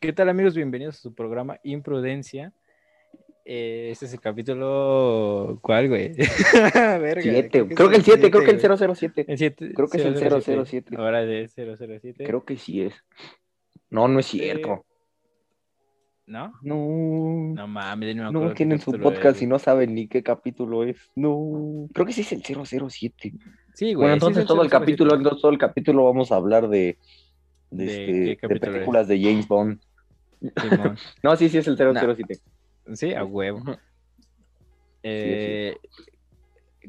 ¿Qué tal amigos? Bienvenidos a su programa Imprudencia. Eh, este es el capítulo... ¿Cuál, güey? Verga, Siete, creo que el 7, creo que el güey. 007. El siete- creo que es el 007. Ahora es 007. Creo que sí es. No, no es cierto. ¿No? No. No mames, no me No, acuerdo qué tienen su capítulo podcast es, y no saben ni qué capítulo es. No. Creo que sí es el 007. güey. Sí, güey. bueno, sí entonces es todo el 007. capítulo, entonces todo el capítulo vamos a hablar de de, ¿De este- qué de capítulo es? películas de James Bond. Simón. No, sí, sí es el 007. Sí, a huevo. Ujú. Eh,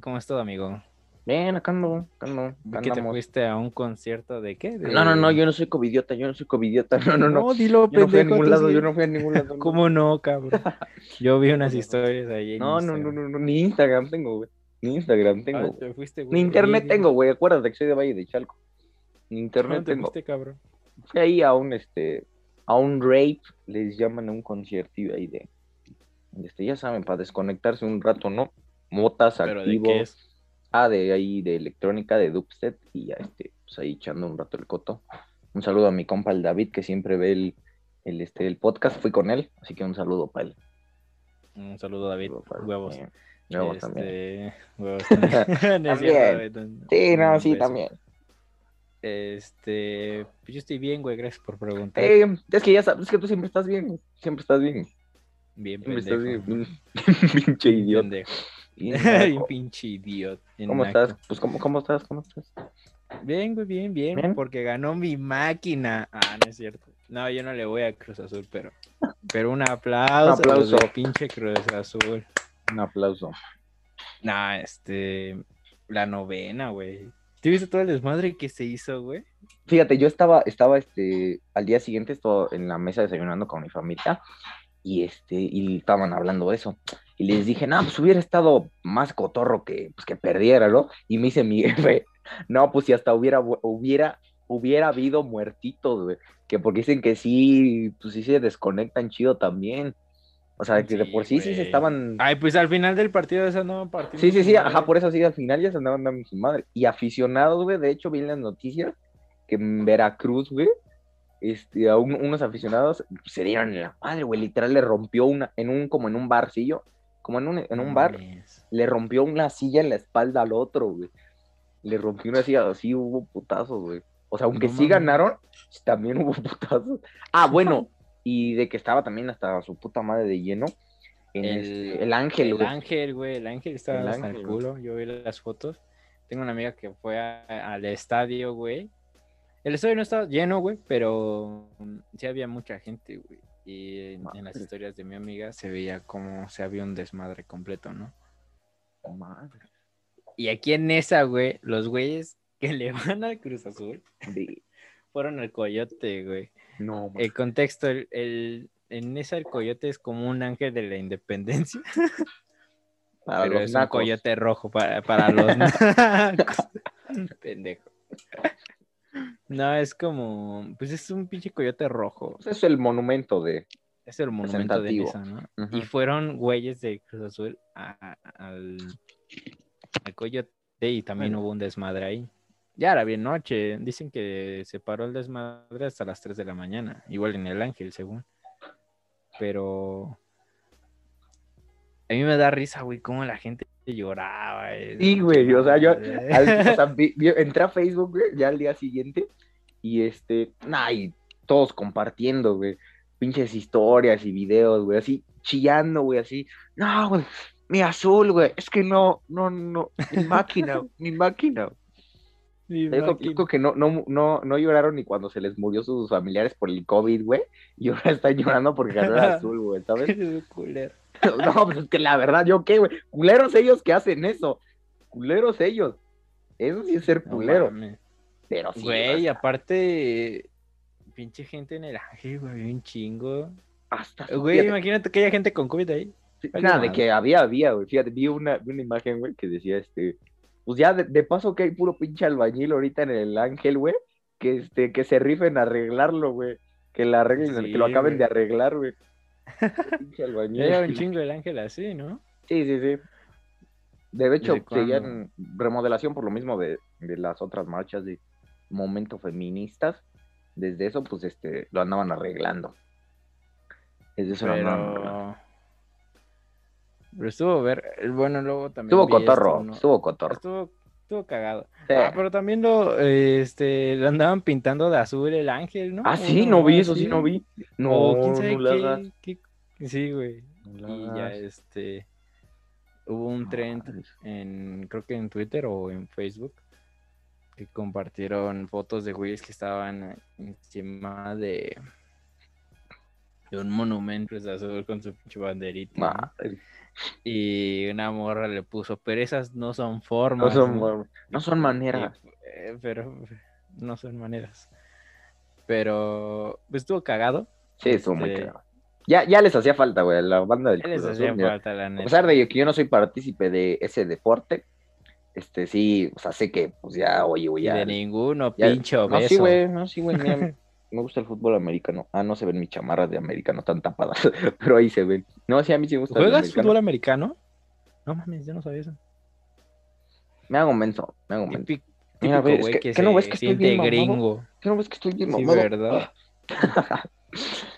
¿Cómo es todo, amigo? Ven, acá ando, acá ando, acá ¿Que te andamos. fuiste a un concierto de qué? De- No, no, no, yo no soy covidiota, yo no soy covidiota, no, no, no. dilo, Yo no fui a pendejo, ningún tú lado, sí. yo no fui a ningún lado. no. ¿Cómo no, cabrón? Yo vi unas historias ahí. en No, no, no, Instagram. no, no, ni Instagram tengo, güey. Ni Instagram tengo. Ah, güey. te fuiste, güey. Ni internet Sí, tengo, güey. Acuérdate que soy de Valle de Chalco. Ni ¿Dónde internet te tengo. fuiste, cabrón? Fui ahí a un, este, a un rape, les llaman a un conciertillo ahí de, de este, ya saben, para desconectarse un rato, ¿no? Motas, ¿Pero de qué activos. es? Ah, de ahí, de electrónica, de dubstep, y ya, este, pues ahí echando un rato el coto. Un saludo a mi compa, el David, que siempre ve el, el, este, el podcast. Fui con él, así que un saludo para él. Un saludo, David. Saludo pa' él. Huevos. Eh, huevos también. Este, Huevos también. No es cierto, También. David, un- Sí, no, un sí, beso. también. Este, pues yo estoy bien, güey, gracias por preguntar. Eh, es que ya sabes, es que tú siempre estás bien, güey. siempre estás bien. bien Siempre pendejo. estás bien. Pinche Bien idiota. pendejo. Bien Bien naco. pinche idiota. bien ¿Cómo naco. estás? Pues, ¿cómo, ¿cómo estás? ¿Cómo estás? Bien, güey, bien, bien, Bien. porque ganó mi máquina. Ah, no es cierto. No, yo no le voy a Cruz Azul, pero, pero un aplauso, Un aplauso. de pinche Cruz Azul. Un aplauso. Nah, este, la novena, güey. ¿Te viste todo el desmadre que se hizo, güey? Fíjate, yo estaba, estaba, este, al día siguiente estaba en la mesa desayunando con mi familia y, este, y estaban hablando de eso. Y les dije, no, pues hubiera estado más cotorro que, pues, que perdiera, ¿no? Y me dice mi jefe, no, pues si hasta hubiera, bu- hubiera, hubiera habido muertitos, güey. Que porque dicen que sí, pues sí se desconectan chido también. O sea, que de Sí, por sí sí se güey. estaban... Ay, pues al final del partido esa no partido. Sí, sí, sí, ajá, por eso sí, al final ya se andaban dando su madre. Y aficionados, güey, de hecho vi en las noticias que en Veracruz, güey, este, a un- unos aficionados se dieron en la madre, güey, literal le rompió una, en un, como en un barcillo, como en un, en un bar, le rompió una silla en la espalda al otro, güey. Le rompió una silla, así hubo putazos, güey. O sea, aunque No sí mames. ganaron, también hubo putazos. Ah, bueno, y de que estaba también hasta su puta madre de lleno, en El- este, el ángel, El güey. ángel, güey, el ángel estaba El hasta el ángel, güey. culo. Yo vi las fotos. Tengo una amiga que fue a- al estadio, güey. El estadio no estaba lleno, güey, pero mm, sí había mucha gente, güey. Y en, en las Madre. historias de mi amiga se veía como se había un desmadre completo, ¿no? No mames. Y aquí en esa, güey, los güeyes que le van al Cruz Azul De- fueron al Coyote, güey. No, mames. El contexto, el, el- en esa el Coyote es como un ángel de la independencia. para pero los es nacos. un coyote rojo para, para los nacos. Pendejo. No, es como, pues es un pinche coyote rojo. Pues es el monumento de. Es el monumento de Representativo. Nesa, ¿no? Y fueron güeyes de Cruz Azul a- a- al, al coyote y también Bueno. hubo un desmadre ahí. Ya era bien noche, dicen que se paró el desmadre hasta las 3 de la mañana, igual en el Ángel, según. Pero a mí me da risa, güey, cómo la gente lloraba. eh, Sí, güey, o sea, yo al- o sea, vi- vi- entré a Facebook, güey, ya al día siguiente. Y este. Nah, y todos compartiendo, güey. Pinches historias y videos, güey. Así chillando, güey. Así. No, güey. Mi azul, güey. Es que no, no, no. Mi máquina, güey, mi máquina. Mi Te digo, yo máquina. creo que no, no, no, no lloraron ni cuando se les murió sus familiares por el COVID, güey. Y ahora están llorando porque ganó el azul, güey, ¿sabes? Culero. No, pues es que la verdad, yo qué, güey. Culeros ellos que hacen eso. Culeros ellos. Eso sí es ser No culero. mames. pero sí. Güey, aparte, pinche gente en el ángel, güey, un chingo. hasta. hasta- Güey, fíjate, imagínate que haya gente con COVID ahí. sí, vale nada, de madre. que había, había, güey. Fíjate, vi una, vi una imagen, güey, que decía este. Pues ya, de, de paso que hay puro pinche albañil ahorita en el ángel, güey. Que, este, que se rifen a arreglarlo, güey. Que la arreglen, Sí, que lo acaben güey. de arreglar, güey. Pinche albañil. Ya era un chingo el ángel así, ¿no? Sí, sí, sí. De hecho, ¿Desde cuándo? seguían remodelación por lo mismo de, de las otras marchas de momento feministas. Desde eso, pues, este, lo andaban arreglando. Es de Pero... Sonora. pero estuvo ver. Bueno, luego también. Estuvo vi esto, cotorro, ¿no? estuvo cotorro. Estuvo, estuvo cagado. Sí. Ah, pero también lo, eh, este, lo andaban pintando de azul el ángel, ¿no? Ah, sí, Una no vi, mamá eso sí así. no vi. No, O quién sabe no la qué- hagas, qué, Sí, güey. no la Y ya hagas. este. Hubo un trend Madres. en, creo que en Twitter o en Facebook, que compartieron fotos de güeyes que estaban encima de, de un monumento de azul con su pinche banderita. ¿no? Madres. Y una morra le puso, pero esas no son No formas. son, ¿no?". no son maneras. Y, eh, pero no son maneras. Pero pues, estuvo cagado. Sí, estuvo muy Sí. cagado. Ya, ya les hacía falta, güey, a la banda del Ya les Cruz hacía pues, Azul, mira. falta, la A neta. pesar de que yo no soy partícipe de ese deporte, este sí, o sea, sé que, pues ya, oye, Y güey, ya. de ninguno, ya- pinche no, obeso. sí, güey, no, sí, güey, mira, me gusta el fútbol americano. Ah, no se ven mis chamarras de americano tan tapadas, pero ahí se ven. No, sí, a mí sí me gusta el ¿Juegas americano. fútbol americano? No mames, yo no sabía eso. Me hago menso, me hago menso. Típico, Mira, típico güey, es güey que- que, ¿qué no se ves que estoy siente bien mamado? gringo. ¿Qué no ves que estoy bien Sí, mamado? ¿verdad?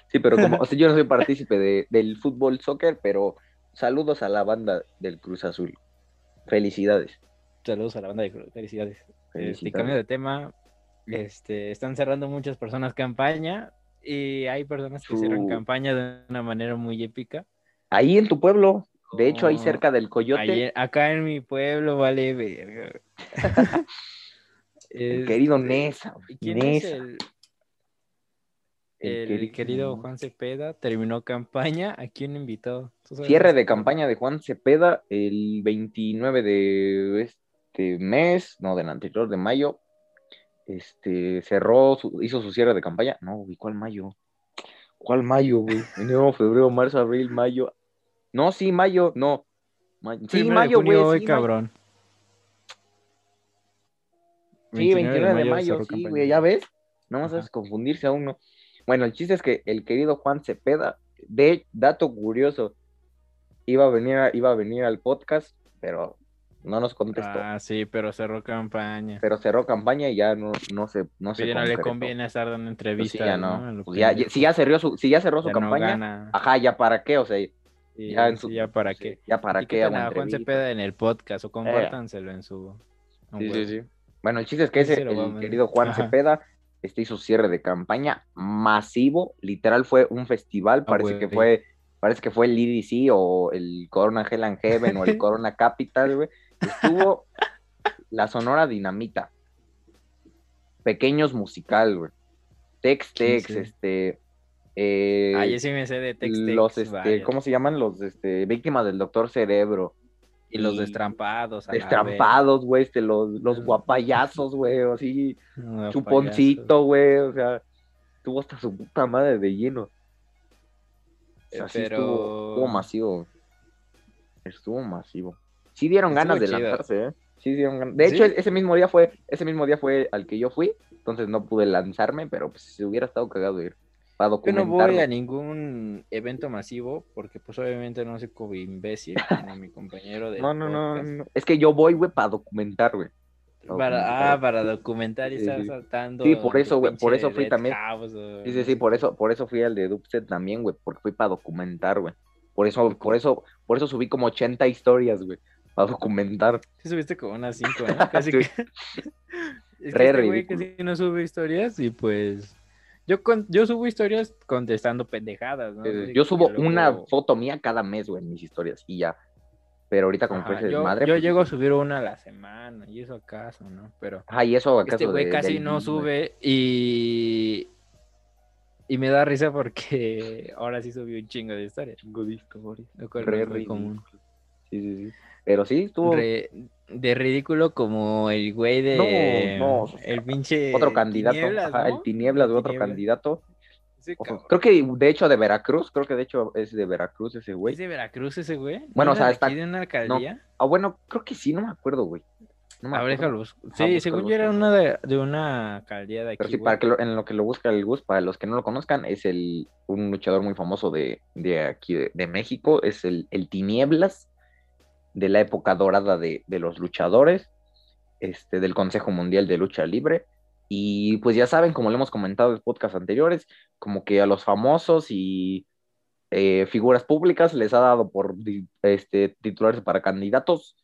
Sí, pero como, o sea, yo no soy partícipe de- del fútbol soccer, pero saludos a la banda del Cruz Azul. Felicidades. Saludos a la banda de Cruz, felicidades. Este, cambio Felicidades. de tema, este, están cerrando muchas personas campaña y hay personas que cierran Su- campaña de una manera muy épica. Ahí en tu pueblo, de hecho, ahí Como cerca del Coyote, ayer- acá en mi pueblo, vale, verga. el Es- querido Nesa. ¿y ¿Quién es Nesa, el, el querido Juan Cepeda? Terminó campaña, ¿a quién invitó? ¿Tú sabes Cierre eso? de campaña de Juan Cepeda el 29 de este mes, no, del anterior de mayo. Este cerró, su- hizo su cierre de campaña. No, güey, ¿cuál mayo? ¿Cuál mayo, güey? Enero, febrero, marzo, abril, mayo. No, sí, mayo, no. Ma- sí, Primero de mayo, güey. junio hoy, sí, mayo. cabrón. Sí, 29 de mayo, cerró sí, campaña. güey, ya ves. No más Ajá. sabes confundirse a uno. Bueno, el chiste es que el querido Juan Cepeda, de dato curioso, iba a venir, a- iba a venir al podcast, pero no nos contestó. Ah, sí, pero cerró campaña. Pero cerró campaña y ya no, no se, no se Pero ya no le concretó. conviene estar dando Pues sí, entrevistas. ya A no. lo Pues ya- ya- pendejo. si ya cerró su, si ya cerró su Ya no campaña, gana. ajá, ya para qué, o sea, Sí, ya en sí, su- ya para qué. ya para qué Etiqueten hago a Juan entrevista. Eh. Cepeda en el podcast o compártanselo en su. a un Sí, sí, Ah, huevo. Bueno, el chiste es que Ese ese, lo va a el ver. querido Juan Ajá. Cepeda este hizo cierre de campaña masivo, literal fue un festival, parece Ah, güey. que fue parece que fue el EDC o el Corona Hell and Heaven o el Corona Capital, güey. Estuvo la Sonora Dinamita. Pequeños musical, güey. Tex Tex, Sí, sí. este eh, Ah, yo sí me sé de Tex Tex, los este, vaya. ¿cómo se llaman? Los este víctimas del Doctor Cerebro. Y los y- destrampados. a la Destrampados, güey, este, los, los Ah. guapayazos, güey, así verga. No, chuponcito, güey, o sea, tuvo hasta su puta madre de lleno. O sea, sí Pero- estuvo, estuvo masivo. Estuvo masivo. Sí dieron Estuvo ganas de chido. lanzarse, ¿eh? Sí dieron ganas. De ¿Sí? hecho, ese mismo día fue, ese mismo día fue al que yo fui, entonces no pude lanzarme, pero pues si hubiera estado cagado ir para Yo no documentarlo. voy a ningún evento masivo porque pues obviamente no soy como imbécil como mi compañero de no, no, no, no. Es que yo voy, güey, para documentar, güey. Para, ah, para documentar y Sí, estar sí. saltando. Sí, por tu eso, güey, por pinche eso fui Red también. House o Sí, no sí, sí, sé por qué. eso, por eso fui al de Dubstep también, güey, porque fui para documentar, güey. Por eso, por eso, por eso subí como 80 historias, güey, para documentar. Sí, subiste como unas 5, ¿no? Casi que. Sí. Es que Re este güey ridículo. casi no sube historias y pues. Yo, con- yo subo historias contestando pendejadas, ¿no? Eh, Así Yo que subo luego- una foto mía cada mes, güey, en mis historias y ya. Pero ahorita con Ajá, todo ese yo, desmadre. yo pues, llego a subir una a la semana y eso acaso, ¿no? Pero. Ajá, y eso acaso Este güey de- casi del- no sube y. Y me da risa porque ahora sí subió un chingo de historias. Chingo de historias. Lo cual no Re es muy ridículo. común. Sí, sí, sí. Pero sí, estuvo Re- de ridículo como el güey de No, no. el pinche otro candidato. Tinieblas, ajá, ¿no? El Tinieblas de otro Tinieblas. candidato. Ese Ojo, cabrón. Creo que de hecho de Veracruz, creo que de hecho es de Veracruz ese güey. ¿Es de Veracruz ese güey? ¿No Bueno, o era sea, de está- aquí de una alcaldía? Ah, bueno, creo que sí, no me acuerdo, güey. No me A ver, acuerdo. déjalo busco. Sí, búscalo, según yo era búscalo. una de, de una alcaldía de aquí. Pero sí, güey. para que lo- en lo que lo busca el Gus, para los que no lo conozcan, es el, un luchador muy famoso de, de aquí de, de México, es el, el Tinieblas, de la época dorada de, de los luchadores, este, del Consejo Mundial de Lucha Libre. Y pues ya saben, como lo hemos comentado en podcasts anteriores, como que a los famosos y eh, figuras públicas, les ha dado por di- este, titularse para candidatos,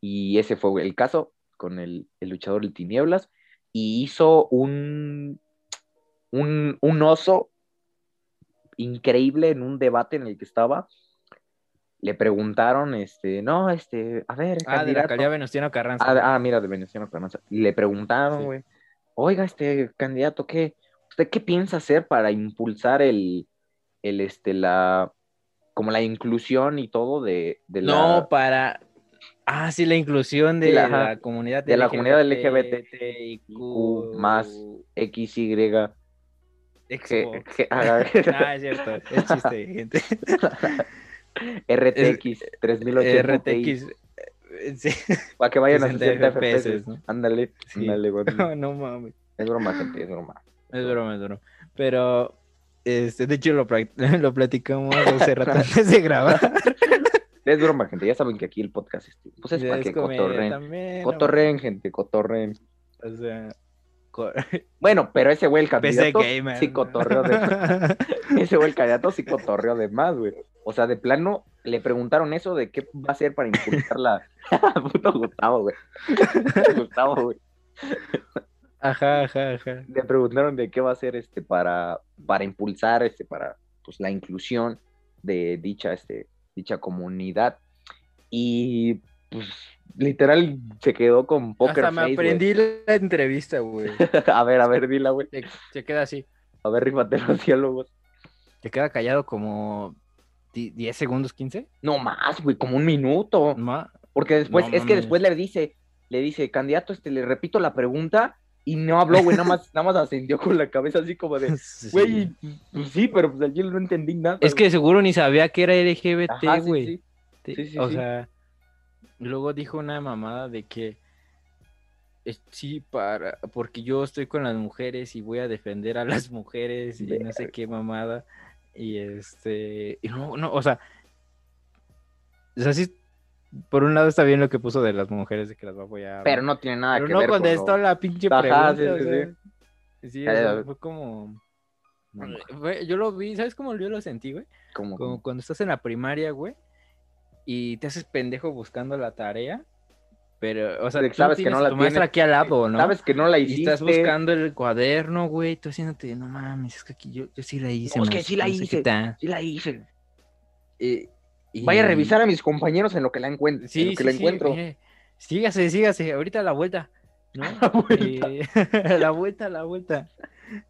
y ese fue el caso con el, el luchador El Tinieblas, y hizo un, un, un oso increíble en un debate en el que estaba. Le preguntaron, este, no, este, a ver, Ah, de la candidato". calidad Venustiano Carranza. Ah, ah, mira, de Venustiano Carranza. Y Le preguntaron, Sí. güey, oiga, este candidato, ¿qué, ¿usted qué piensa hacer para impulsar el, el, este, la, como la inclusión y todo de, de este, la... No, para. Ah, sí, la inclusión de Sí, la, ajá. comunidad De la comunidad LGBTIQ+. más. X, Y, G, Expo. G, ah, Ah, es cierto, es chiste, gente. RTX 3080 Ti, RTX. eh, sí. Para que vayan a 60 60 FPS. ¿no? Ándale, Sí. ándale, güey. No, no mames. Es broma, gente, es broma. Es broma, es broma. Pero, este, de hecho, lo, prac- lo platicamos hace rato antes de grabar. Es broma, gente. Ya saben que aquí el podcast este, pues es Ya para es que comedia cotorren. también, no Cotorren, gente, cotorren. mames, O sea, co- Bueno, pero ese güey, el PC candidato, Gamer. sí cotorreó de... ese güey, el candidato sí cotorreó de más, güey. O sea, de plano, le preguntaron eso de qué va a hacer para impulsar la... Puto Gustavo, güey. Gustavo, güey. Ajá, ajá, ajá. Le preguntaron de qué va a hacer este para, para impulsar, este, para, pues, la inclusión de dicha, este, dicha comunidad. Y, pues, literal, se quedó con poker Hasta me face, güey. aprendí la entrevista, güey. A ver, a ver, dila, güey. Se, se queda así. A ver, rífate los diálogos. Se queda callado como di- 10 segundos, 15. No más, güey, como un minuto. Ma- Porque después, No es que mames. después le dice, le dice, candidato, este, le repito la pregunta, y no habló, güey, nada más, nada más ascendió con la cabeza así como de, Sí. güey, pues sí, pero pues allí no entendí nada. Es que seguro ni sabía que era Ajá, LGBT, sí, güey. sí. Te- Sí, sí, o sí. sea, luego dijo una mamada de que eh, sí, para, porque yo estoy con las mujeres y voy a defender a las mujeres y no sé qué mamada. Y este, y no, no, o sea, o sea, sí, por un lado está bien lo que puso de las mujeres de que las va a apoyar. Pero no tiene nada Pero que no ver con contestó lo- la pinche Ajá, pregunta. sí, o sí, sea, sí, o sea, Eh, fue como. no, fue- Yo lo vi, ¿sabes cómo yo lo sentí, güey? como- Como cuando estás en la primaria, güey, y te haces pendejo buscando la tarea, pero, o sea, De que tú sabes que tienes no a la tu maestra tienes. aquí al lado, ¿no? Sabes que no la Y hiciste. estás buscando el cuaderno, güey, tú haciéndote, no mames, es que aquí yo, yo sí la hice. No, es que maestra, sí la no sé qué hice. tal". Sí la hice. Eh, y- Vaya a revisar a mis compañeros en lo que la encuentro. Sí, en lo que sí, la sí, encuentro. eh, sígase, sígase, ahorita a la vuelta, ¿no? La vuelta. Eh, la vuelta, la vuelta.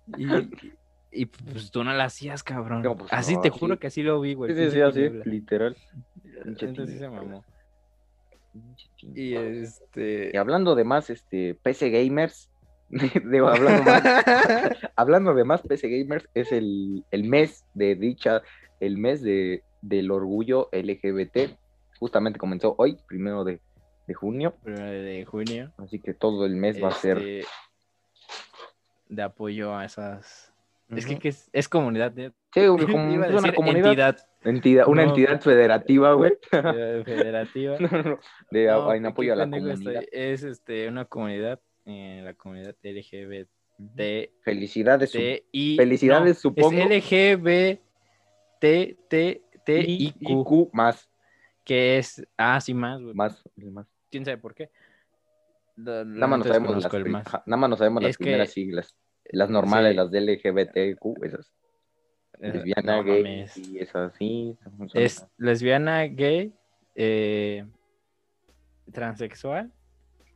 Y, y, pues tú no la hacías, cabrón. No, pues, así no, te juro sí. que así lo vi, güey. Sí, sí, sí, pinche así, tiniebla. literal. Pinche Entonces sí se tiniebla. mamó. Y este. Y hablando de más, este, PC Gamers, digo, hablando, más, hablando de más, PC Gamers es el, el mes de dicha, el mes de, del orgullo LGBT. Justamente comenzó hoy, primero de, de junio, Primero de junio. así que todo el mes va a ser... este, De apoyo a esas. Es que, que es, es comunidad. ¿eh? Sí, un- como- Iba a es una decir comunidad, entidad, entidad una No. entidad federativa, güey, eh, federativa. No, no, no, de, No, en qué apoyo a la pendejo comunidad. estoy. Es este, una comunidad, eh, la comunidad LGBTI. Felicidades, su- felicidades, no, supongo. Es y, y LGBTTIQ, Q más, que es. Ah, sí, más, güey. más, el más. ¿Quién sabe por qué? La- Nada más, no neta sabemos las, desconozco el prim- más. ajá, nada más no sabemos las Es que- primeras siglas. Las normales, Sí. las de LGBTQ, esas. Eh, lesbiana, no gay, mames. y esas sí. son- son- Es lesbiana, gay, eh, transexual.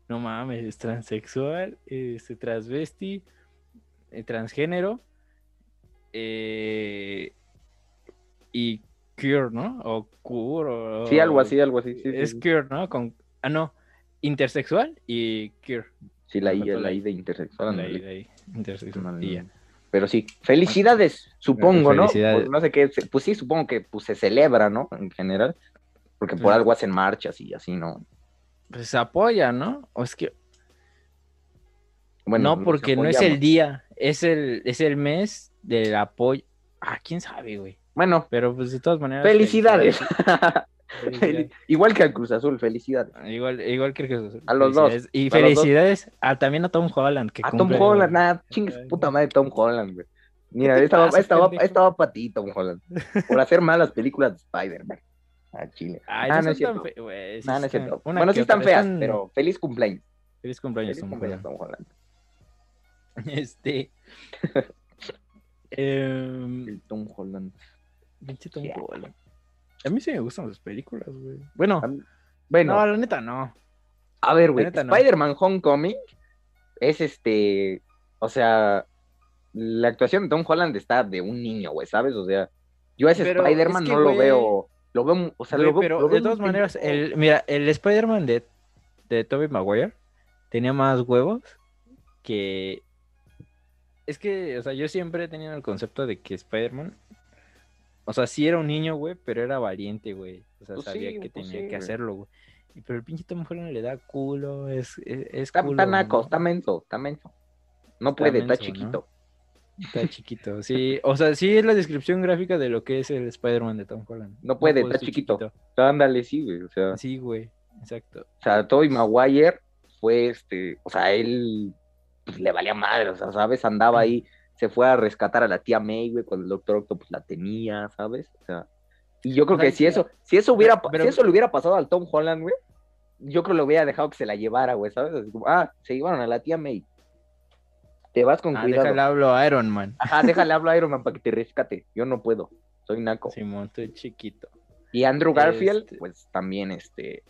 No mames, es transexual, este, transvesti, eh, transgénero. eh, y queer, ¿no? O queer. O, Sí, algo así, algo así. Sí, sí, es sí. queer, ¿no? Con, ah, no. Intersexual y queer. Sí, la I, Faltó la la I I. de intersexual. La- ándale. la- intersexual, Ándale, y ya. ándale. Pero sí, felicidades, supongo, ¿no? felicidades. Pues no sé qué, se- pues sí, supongo que pues, se celebra, ¿no? En general, porque por Sí. algo hacen marchas y así, ¿no? Pues apoya, ¿no? O es que Bueno, no, se porque no es apoya, el día, es el, es el mes del apoyo. Ah, quién sabe, güey. Bueno, Pero pues de todas maneras. felicidades. felicidades, Fel- Igual que al Cruz Azul, felicidades. felicidades. Igual, igual creo que A los dos, felicidades. Y a los dos. felicidades a- también a Tom Holland. Que A Tom cumple- Holland, nada, chingue su Ay, puta madre Tom Holland, güey. Mira, te estaba, pasa, estaba, pendejo? estaba patito, Tom Holland, por hacer malas películas de Spider-Man. A Chile. Ay, Ah, no, no es son tan cierto. fe- güey, sí No, no es están- cierto. una Bueno, sí que están otra, feas, están- pero feliz cumpleaños. Feliz cumpleaños, Feliz Tom cumpleaños, Holland. Tom Holland. Este. em, El Tom Holland. Pinche Tom Ya. Holland. A mí sí me gustan sus películas, güey. Bueno, A mí- Bueno, no, la neta no. a ver, güey. la neta no. Spider-Man Homecoming es este. O sea, la actuación de Tom Holland está de un niño, güey, ¿sabes? O sea, yo a ese Pero Spider-Man es que, no lo güey, veo. Lo veo, o sea, Güey, lo veo. pero lo veo de todas muy maneras, pendejo. el, mira, el Spider-Man de, de Tobey Maguire tenía más huevos que... Es que, o sea, yo siempre he tenido el concepto de que Spider-Man, o sea, sí era un niño, güey, pero era valiente, güey. O sea, Pues sabía sí, que pues tenía sí, que güey. hacerlo, güey. Y- Pero el pinche Tom Holland le da culo, es, es, es Está, culo, está naco, ¿no? está menso, está menso. No puede, está, menso, ¿no? chiquito. Está chiquito, sí. O sea, sí es la descripción gráfica de lo que es el Spider-Man de Tom Holland. No puede, puedo, está estoy chiquito. Ándale, sí, güey. O sea, Sí, güey, exacto. o sea Tobey Maguire fue este. O sea, él pues, le valía madre, o sea, ¿sabes? Andaba ahí, se fue a rescatar a la tía May, güey, cuando el doctor Octopus la tenía, ¿sabes? O sea. Y yo creo O sea, que si eso, si eso hubiera, pero- si eso le hubiera pasado al Tom Holland, güey, yo creo que lo hubiera dejado que se la llevara, güey, ¿sabes? Así como, ah, se llevaron a la tía May. Te vas con Ah, cuidado. déjale hablo a Iron Man. Ajá, déjale hablo a Iron Man para que te rescate. Yo no puedo. Soy naco. Simón, estoy chiquito. Y Andrew Garfield, Este- pues también, este.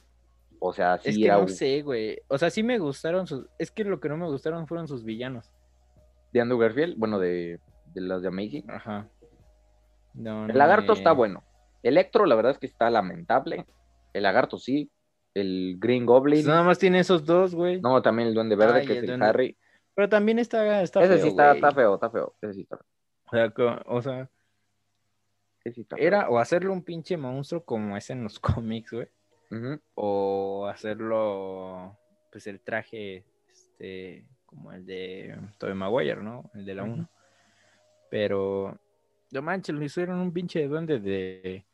O sea, sí es que era no un- sé, güey. O sea, sí me gustaron sus. Es que lo que no me gustaron fueron sus villanos. de Andrew Garfield, bueno, de, de las de Amazing. Ajá. No, no El lagarto me- está bueno. Electro, la verdad es que está lamentable. El lagarto sí. El Green Pues Goblin. nada más tiene esos dos, güey. No, también el Duende Verde, Ay, que el es el Duende- Harry. Pero también está. está ese feo, sí está, güey. está feo, está feo. Ese sí está feo. O sea, co- o sea, ese sí está feo. era o hacerlo un pinche monstruo como es en los cómics, güey. Ujú. O hacerlo. Pues el traje. Este. Como el de Tobey Maguire, ¿no? El de la Ujú. 1. Pero. No manches, lo hicieron un pinche duende de.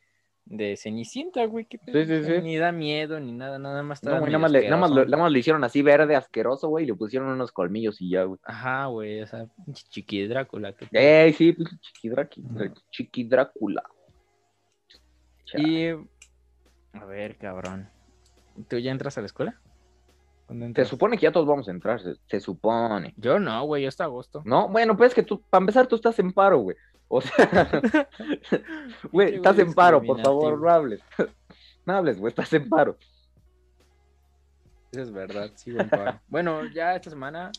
De Cenicienta, güey. qué pedo, Sí, sí, sí. Ni da miedo, ni nada, nada más. No, está güey, medio nada, más le, nada, más lo, asqueroso. nada más lo hicieron así verde, asqueroso, güey, y le pusieron unos colmillos y ya, güey. Ajá, güey, o sea, pinche chiqui Drácula. qué pedo. Ey, sí, pinche Chiqui, Draqui- Ujú. Chiqui Drácula. y. A ver, cabrón. ¿Tú ya entras a la escuela? ¿Cuándo Se entras? supone que ya todos vamos a entrar, se, se supone. Yo no, güey, yo hasta agosto. No, bueno, pues es que tú, para empezar, tú estás en paro, güey. O sea, güey, Pinche estás güey en paro, por favor, discriminativo. no hables. No hables, güey, estás en paro. Eso es verdad, sí, buen paro. bueno, ya esta semana,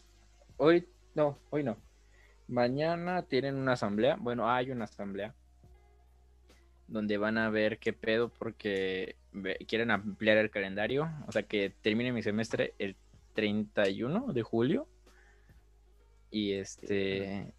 hoy, no, hoy no. Mañana tienen una asamblea, bueno, hay una asamblea donde van a ver qué pedo porque ve- quieren ampliar el calendario, o sea que termine mi semestre el 31 de julio y este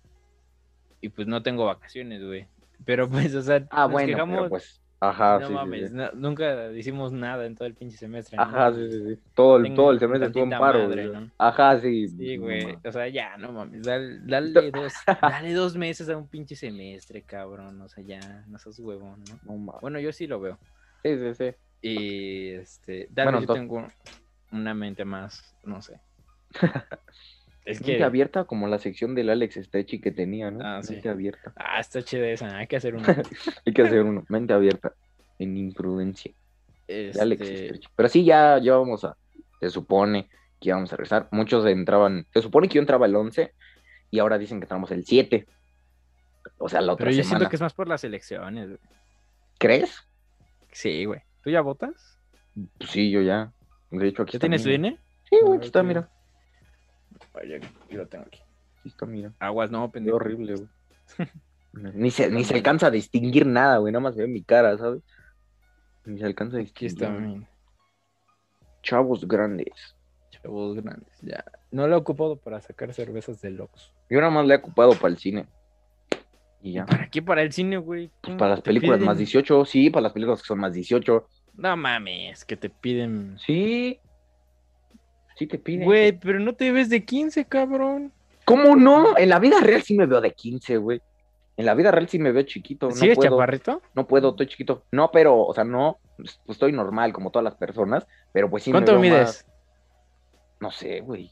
y pues no tengo vacaciones, güey. Pero pues, o sea, Ah, nos bueno, quejamos, pero pues, ajá, no sí, sí, mames, sí. no- nunca hicimos nada en todo el pinche semestre. ¿no? Ajá, sí, sí, sí. Todo el, Tengo todo el semestre estuvo en tantita paro, madre, güey. ¿no? Ajá, sí. Sí, no güey. mames. O sea, ya, no mames. Dale, dale dos, dale dos meses a un pinche semestre, cabrón. O sea, ya, no seas huevón, ¿no? No mames. Bueno, yo sí lo veo. Sí, sí, sí. Y este, tal Bueno, vez yo entonces- tengo una mente más, no sé. es Mente que. abierta como la sección del Alex Stechi que tenía, ¿no? Ah, sí. Mente abierta. Ah, está chida esa, hay que hacer un. Hay que hacer uno. Mente abierta. En imprudencia. de Alex Este, Estrella. Pero sí, ya, ya vamos a. Se supone que íbamos a regresar. Muchos entraban. Se supone que yo entraba el 11 y ahora dicen que entramos el 7. O sea, la otra pero yo semana. siento que es más por las elecciones, güey. ¿Crees? Sí, güey. ¿Tú ya votas? Pues sí, yo ya. De hecho, aquí ¿Ya está. tienes Ah, tu mira. INE? Sí, A güey, ver, aquí está, tú- mira. Ay, yo- yo lo tengo aquí. Aquí está, mira. Aguas, no, Qué pendejo. horrible, güey. Ni se, ni se alcanza a distinguir nada, güey. Nada más veo mi cara, ¿sabes? Ni se alcanza a Aquí distinguir. está, mira. Chavos grandes. Chavos grandes, ya. No lo he ocupado para sacar cervezas de locos. Yo nada más le he ocupado para el cine. Y ya. Ah, ¿Para qué? Para el cine, güey. Pues para las películas más 18, sí, para las películas que son más 18. No mames, que te piden. Sí. Sí te piden. Güey, pero no te ves de 15, cabrón. ¿Cómo no? En la vida real sí me veo de 15, güey. En la vida real sí me veo chiquito. No ¿Sigue puedo, chaparrito? no puedo, estoy chiquito. No, pero, o sea, no, pues, estoy normal como todas las personas, pero pues sí me ¿Cuánto veo más- mides? No sé, güey.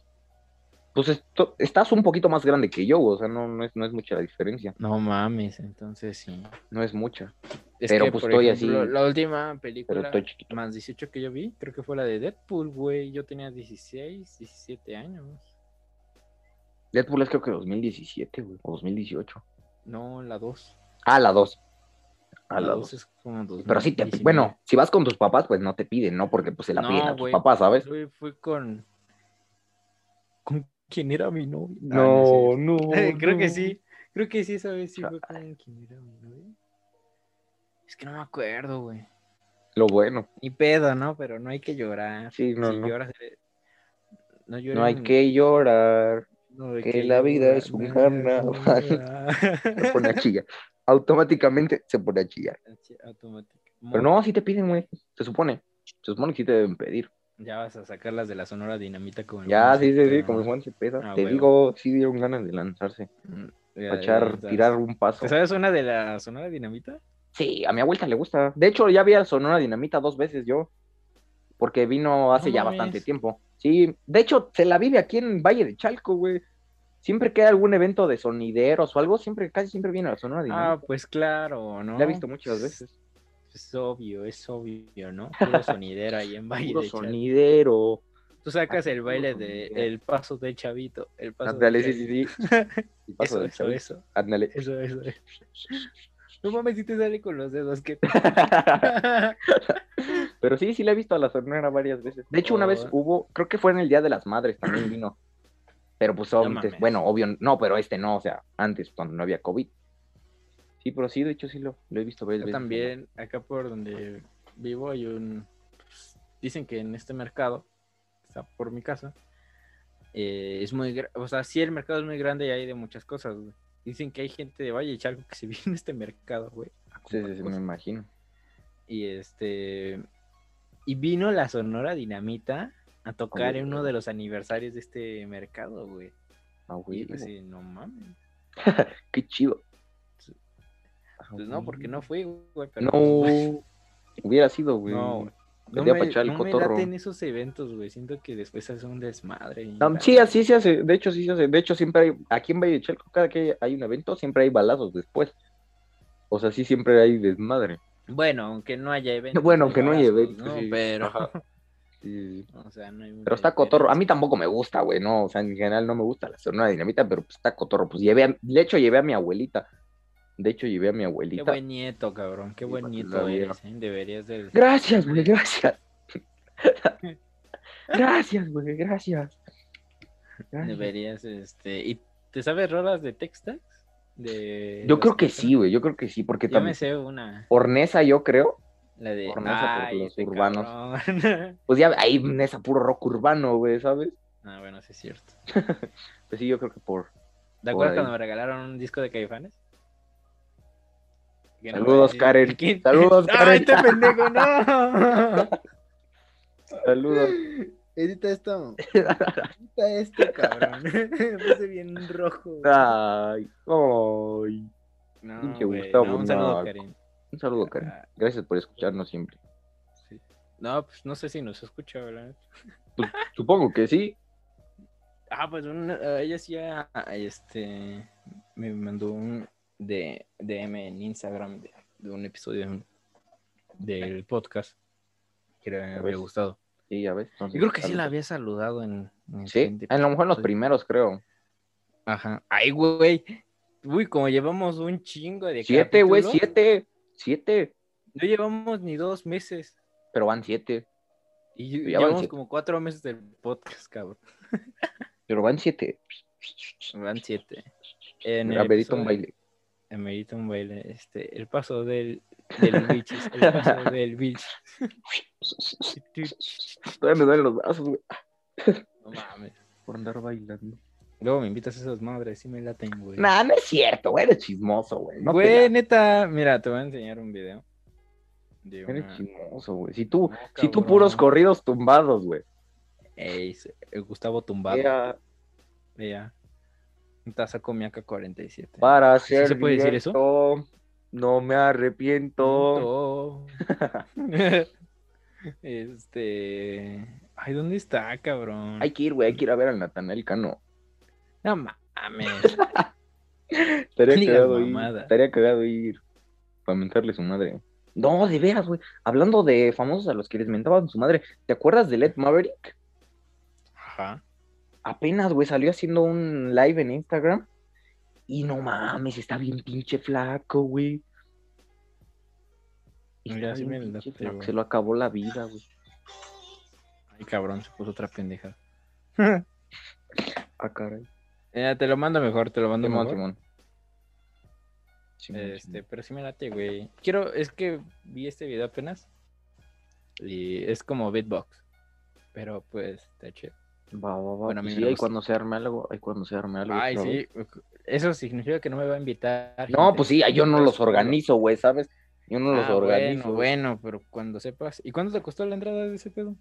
pues esto- estás un poquito más grande que yo, o sea, no, no, es, no es mucha la diferencia, No mames, entonces sí. no es mucha, Es Pero, que, pues, por estoy ejemplo, así- La última pero película estoy chiquito. más 18 que yo vi, creo que fue la de Deadpool, güey. Yo tenía 16, 17 años. Deadpool es creo que 2017, güey, o 2018. No, la 2. Ah, la 2. La Ah, la 2 2. es como 2019. Pero sí, te, bueno, si vas con tus papás, pues no te piden, ¿no? Porque pues se la No, piden a tus güey. Ah, papás, ¿sabes? Fui, fui con. ¿Con quién era mi novia? Ah, no. no sé. creo que sí. Creo que sí, esa vez sí fue con quién era mi novia. Es que no me acuerdo, güey. Lo bueno. Ni pedo, ¿no? Pero no hay que llorar. Sí, no, Si no. lloras, eres- no llores No hay en- que llorar. no hay que la llorar, vida es no hay un que carnaval. llorar. Se pone a chillar. Automáticamente se pone a chillar. Así, automático. Pero no, sí te piden, güey. Se supone. Se supone que sí te deben pedir. Ya vas a sacar las de la Sonora Dinamita como el Ya, Juan sí, sí, sí, Cepeda. como el Juan se pesa. Ah, te huevo. digo, sí dieron ganas de lanzarse. Ya, Para ya, echar, ya sabes. tirar un paso. ¿Te sabes una de la Sonora Dinamita? Sí, a mi abuelita le gusta. De hecho, ya vi a Sonora Dinamita dos veces yo. Porque vino hace No ya mames. bastante tiempo. Sí, de hecho, se la vive aquí en Valle de Chalco, güey. Siempre que hay algún evento de sonideros o algo, siempre, casi siempre viene a la Sonora Dinamita. Ah, pues claro, ¿no? La he visto muchas veces. Es obvio, es obvio, ¿no? Puro sonidero ahí en Valle Puro de Chalco. sonidero. Tú sacas el Puro baile de sonidero. el paso de chavito, el paso Ándale, de sí, sí, sí. El paso Eso, del eso, chavo. eso, Ándale. eso, eso, eso. No mames, si te sale con los dedos, que Pero sí, sí la he visto a la Sonora varias veces. De hecho, una vez Oh. hubo, creo que fue en el Día de las Madres también vino. Pero pues No antes, mames. bueno, obvio, no, pero este no, o sea, antes cuando no había COVID. Sí, pero sí, de hecho sí lo, lo he visto varias Yo veces. también, acá por donde vivo hay un... pues, dicen que en este mercado, que está por mi casa, eh, es muy... gra- O sea, sí el mercado es muy grande y hay de muchas cosas, güey. Dicen que hay gente de Valle de Chalco que se viene a este mercado, güey. a Sí, comprar sí, sí, me cosas. imagino. Y este... Y vino la Sonora Dinamita a tocar en uno huevo. de los aniversarios de este mercado, güey. Ah, Y güey, yo así, no mames. qué chido. Sí. Ah, Pues no, porque no fui, güey. pero pues, No, hubiera sido, güey. No, No, güey. No Sería me, pa' echar el no me cotorro. laten esos eventos, güey. Siento que después hace un desmadre. y la- sí, así se hace. De hecho, sí se hace. De hecho, siempre hay, aquí en Valle de Chalco, cada que hay un evento, siempre hay balazos después. O sea, sí, siempre hay desmadre. Bueno, aunque no haya eventos. Bueno, aunque no haya balazos, eventos, ¿no? sí. Pero, Ajá. Sí, sí, sí. o sea, no hay Pero está cotorro. A mí tampoco me gusta, güey, no. O sea, en general no me gusta la Sonora Dinamita, pero pues está cotorro. Pues llevé a- de hecho, llevé a mi abuelita. De hecho, llevé a mi Qué abuelita. buen nieto, cabrón. Qué Sí, buen para que nieto la viera. eres. ¿eh? Deberías de. Gracias, güey, gracias. gracias, güey, gracias. Gracias. Deberías, este. ¿Y te sabes rolas de Textax? De... Yo los creo que son- sí, güey, yo creo que sí, porque Yo me también. sé una. Ornesa, yo creo. La de. Por mesa, por los este urbanos. cabrón. Pues ya ahí Nesa puro rock urbano, güey, ¿sabes? ah, bueno, sí es cierto. Pues sí, yo creo que por. ¿Te Por acuerdas ahí. cuando me regalaron un disco de Caifanes? Que no voy a Saludos, decir Karen. de quién. Saludos, ¡Ay, Karen. este pendejo, no! Saludos. Edita esto. Edita esto, cabrón. Me puse bien rojo. güey. Ay, ay. No, Ah, pinche güey, Gustavo, no, un no. saludo, Karen. Un saludo, Karen. Ah, Gracias por escucharnos siempre. sí. No, pues no sé si nos escucha, ¿verdad? Supongo que sí. Ah, pues una- eh, ella sí ya este, me mandó un de, DM en Instagram de, de un episodio en- del podcast que le A había ver. gustado. Sí, ya ves. Yo creo que sí la había saludado en, en Sí, Tinder. a lo mejor en los Sí. primeros, creo. Ajá. Ay, güey. Uy, como llevamos un chingo de Siete, güey, capítulos, siete. Siete. No llevamos ni dos meses. Pero van siete. Y lle- Ya van llevamos siete. como cuatro meses del podcast, cabrón. Pero van siete. Van siete. En Mira, el Berito, un episodio- baile. en Berito un baile. Este, el paso del, del bichis. El paso del bichis. Todavía me duelen los brazos, güey. No mames. Por andar bailando. Luego me invitas a esas madres y me laten, güey. Nah, no es cierto, güey. Eres chismoso, güey. No te güey, neta. Mira, te voy a enseñar un video. De la- Eres una- chismoso, güey. Si tú, No, si tú cabrón. puros corridos tumbados, güey. Ey, se- el Gustavo Tumbado. Era Ella. Un tazaco mi AK-47. Para ¿Sí se ser puede decir eso? directo, No me arrepiento. Punto. este. Ay, ¿dónde está, cabrón? Hay que ir, güey. Hay que ir a ver al Natanael Cano. No mames. Estaría Diga cagado ir. mamada. Estaría cagado ir. Para mentarle su madre. No, de veras, güey. Hablando de famosos a los que les mentaban su madre, ¿te acuerdas de Led Maverick? Ajá. Apenas, güey, salió haciendo un live en Instagram. Y no mames, está bien pinche flaco, güey. Ya, Está sí bien me pinche late, flaco, güey. Se lo acabó la vida, güey. Ay, cabrón, se puso otra pendeja. Ah, caray. Eh, te lo mando mejor, te lo mando Simón, mejor. Simón. Simón, Este, Simón. pero sí me late, güey. Quiero, es que vi este video apenas. Y es como beatbox. Pero pues, está chido. Va, va, va. Bueno, a mí Pues me sí, ahí gusta. cuando se arme algo, ahí cuando se arme algo. Ay, otra vez. sí. Eso significa que no me va a invitar. No, gente. pues sí, yo no los organizo, güey, ¿sabes? Yo no los Ah, organizo. Bueno, bueno, pero cuando sepas. ¿Y cuánto te costó la entrada de ese pedo?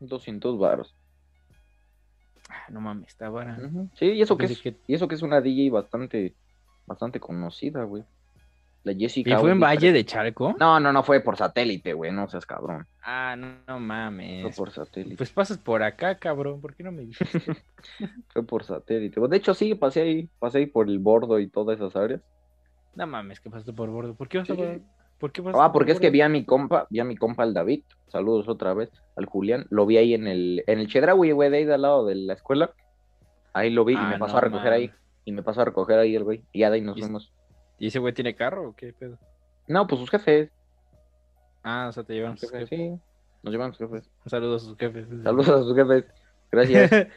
200 varos. Ah, no mames, está vara. Ujú. Sí, y eso, que Pensé es, y eso que es una DJ bastante, bastante conocida, güey. La Jessica. ¿Y fue en Audi, Valle creo. de Charco? No, no, no, fue por satélite, güey, no seas cabrón. Ah, no, no Fue mames. por satélite. Pues pasas por acá, cabrón. ¿Por qué no me dijiste? Fue por satélite. De hecho, sí, pasé ahí, pasé ahí por el bordo y todas esas áreas. no mames, que pasaste por bordo. ¿Por qué vas a Sí. por... ¿Por qué pasaste Ah, porque por es que Bordo? vi a mi compa, vi a mi compa al David, saludos otra vez, al Julián, lo vi ahí en el, en el Chedraui, güey, de ahí de al lado de la escuela. Ahí lo vi y Ah, me pasó no a recoger ahí, mames. y me pasó a recoger ahí el güey, y ya de ahí nos Y es- fuimos. ¿Y ese güey tiene carro o qué pedo? No, pues sus jefes, Ah, o sea, te llevan sus sus jefes, jefes. sí, nos llevan sus jefes. Un saludo a sus jefes. Saludos a sus jefes, gracias,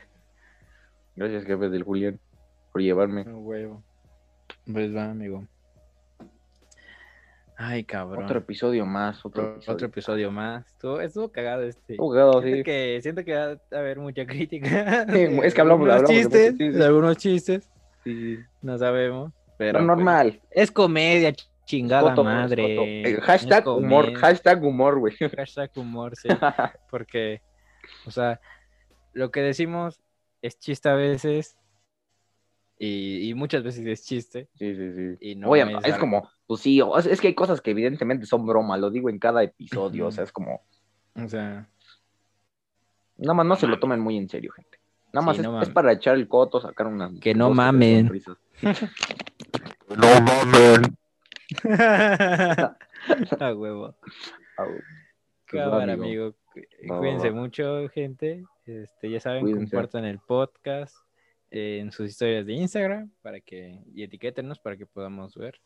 gracias jefes del Julián por llevarme. Un huevo. Pues va, amigo. Ay, cabrón. Otro episodio más, otro Otro episodio. episodio, más. Estuvo, estuvo cagado este. Estuvo cagado, siento, sí. que, siento que va a haber mucha crítica. Sí, es que hablamos- de algunos hablamos de muchos chistes. chistes. de algunos chistes. Sí, sí. No sabemos. Pero Lo pues, normal. es comedia, ch- chingada Coto, madre. coto. Eh, Es hashtag humor, comedia. hashtag humor, güey. Hashtag humor, sí. Porque, o sea, lo que decimos es chiste a veces. Y, y muchas veces es chiste. Sí, sí, sí. Y no Oye, es es algo- como, pues sí, o- es, es que hay cosas que evidentemente son broma, lo digo en cada episodio, o sea, es como, O sea, nada más no se lo tomen muy en serio, gente. Nada más Sí, es, no es mames. para echar el coto, sacar unas... Que no dos, tres mamen. sonrisas. no mamen. a huevo. Ah, güey. Pues va, Cámara, amigo. amigo. Cu- eh, Va, va, Cuídense va. mucho, gente. Este, ya saben, Cuídense. compartan el podcast eh, en sus historias de Instagram para que y etiquétenos para que podamos ver.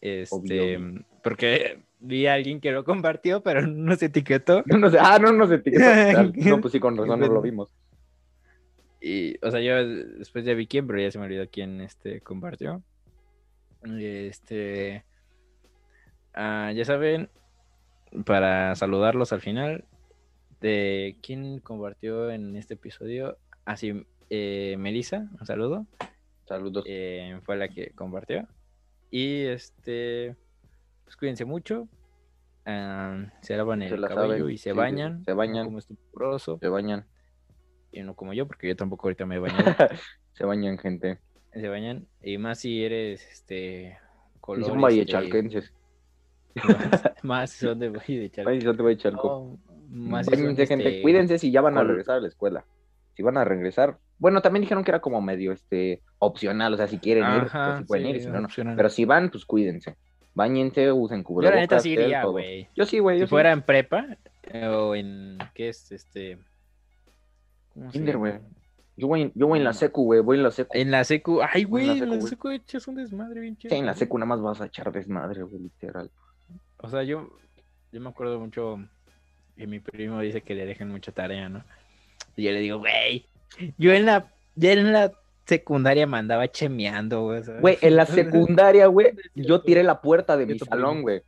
Este, Obvio. porque vi a alguien que lo compartió, pero no se etiquetó. No nos- ah, no nos etiquetó. Ah, No, pues sí, con razón no lo vimos. Y, o sea, yo después ya vi quién, pero ya se me olvidó quién este, compartió. Este. ah, ya saben, para saludarlos al final, de quién compartió en este episodio. Así, eh, Melissa, un saludo. Saludos. eh, fue la que compartió. Y este. Pues cuídense mucho. ah, se lavan Se el la cabello saben, y sí, se sí, bañan. se bañan. no Como estuporoso. Se bañan, Y no como yo, porque yo tampoco ahorita me he bañado. se bañan, gente. se bañan y más si eres este Y color son este, vallechalquenses. más, más si son de Valle de Chalco. Ay, son de Vallechalco. No, más si son, Cuídense, gente. este, Cuídense si ya van a col- regresar a la escuela. Si van a regresar. Bueno, también dijeron que era como medio este opcional, o sea, si quieren ir, ajá, pues, si pueden sí, ir, y si no, no. opcional. Pero si van, pues cuídense. Báñense, usen yo cubrebocas. la neta sí gel, iría todo. güey Yo sí, güey. si yo sí. fuera en prepa eh, o en qué es este ¿cómo se Kinder, llama? güey. Yo voy, yo voy en la Mm. secu, güey. Voy en la secu. en la secu ay güey en secu, la güey. secu echas un desmadre bien chido Sí, en la güey. secu nada más vas a echar desmadre, güey, literal. o sea yo yo me acuerdo mucho que mi primo dice que le dejan mucha tarea no y yo le digo güey yo en la yo en la secundaria me andaba chemeando güey ¿sabes? Güey, en la secundaria, güey, No es cierto. yo tiré la puerta de mi Cierto, salón, primo. güey.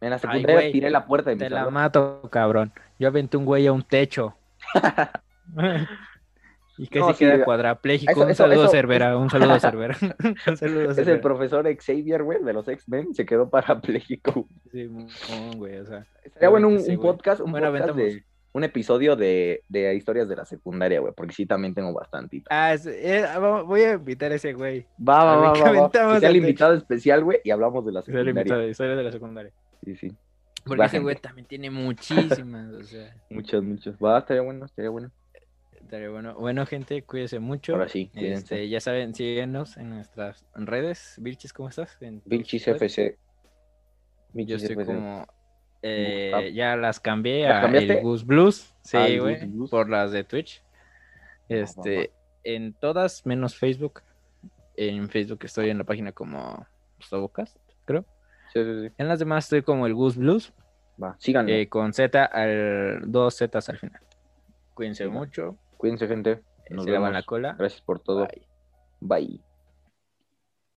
En la Ay, secundaria güey, tiré la puerta de mi Te la salón. mato, cabrón. Yo aventé un güey a un techo. y casi No, sí, queda güey. cuadrapléjico. Eso- un, eso- saludo eso- Cervera, un saludo a Cervera, un saludo a Es el Cervera. profesor Xavier, güey, de los X-Men, se quedó parapléjico. Sí, mon, güey, o sea, Estaría bueno un, Seguramente sí, un güey. podcast, un Bueno, podcast aventamos. de un episodio de, de historias de la secundaria, güey, porque sí también tengo bastantito. ah, es- eh, va- voy a invitar a ese güey. Va, va, A ver, va, ¿qué va, va. aventamos Que sea el al techo? invitado especial, güey, y hablamos de la Es el secundaria. invitado de historia de la secundaria. Sí, sí. Porque Va, ese güey gente. también tiene muchísimas, o sea. Muchas, muchas. Va, estaría bueno, estaría bueno. Estaría bueno. Bueno, gente, cuídense mucho. Ahora sí, Este, cuídense. ya saben, síguenos en nuestras redes. Vilchis, ¿cómo estás? En tus Vilchis redes. FC. Yo Vilchis estoy FC. como. eh, Gustavo. ya las cambié ¿Las a cambiaste? el Gus Blues. Ah, Sí, el güey. Gus Blues. Ah, Por las de Twitch. va, va. Este, en todas, menos Facebook. En Facebook estoy en la página como Sobocast, creo. Sí, sí, sí. En las demás estoy como el Gus Blues. Va, síganme. eh, con Z al. Dos Zetas al final. Cuídense Sí, va. mucho. Cuídense, gente. Nos se lavan la vemos. cola. Gracias por todo. Bye. Bye.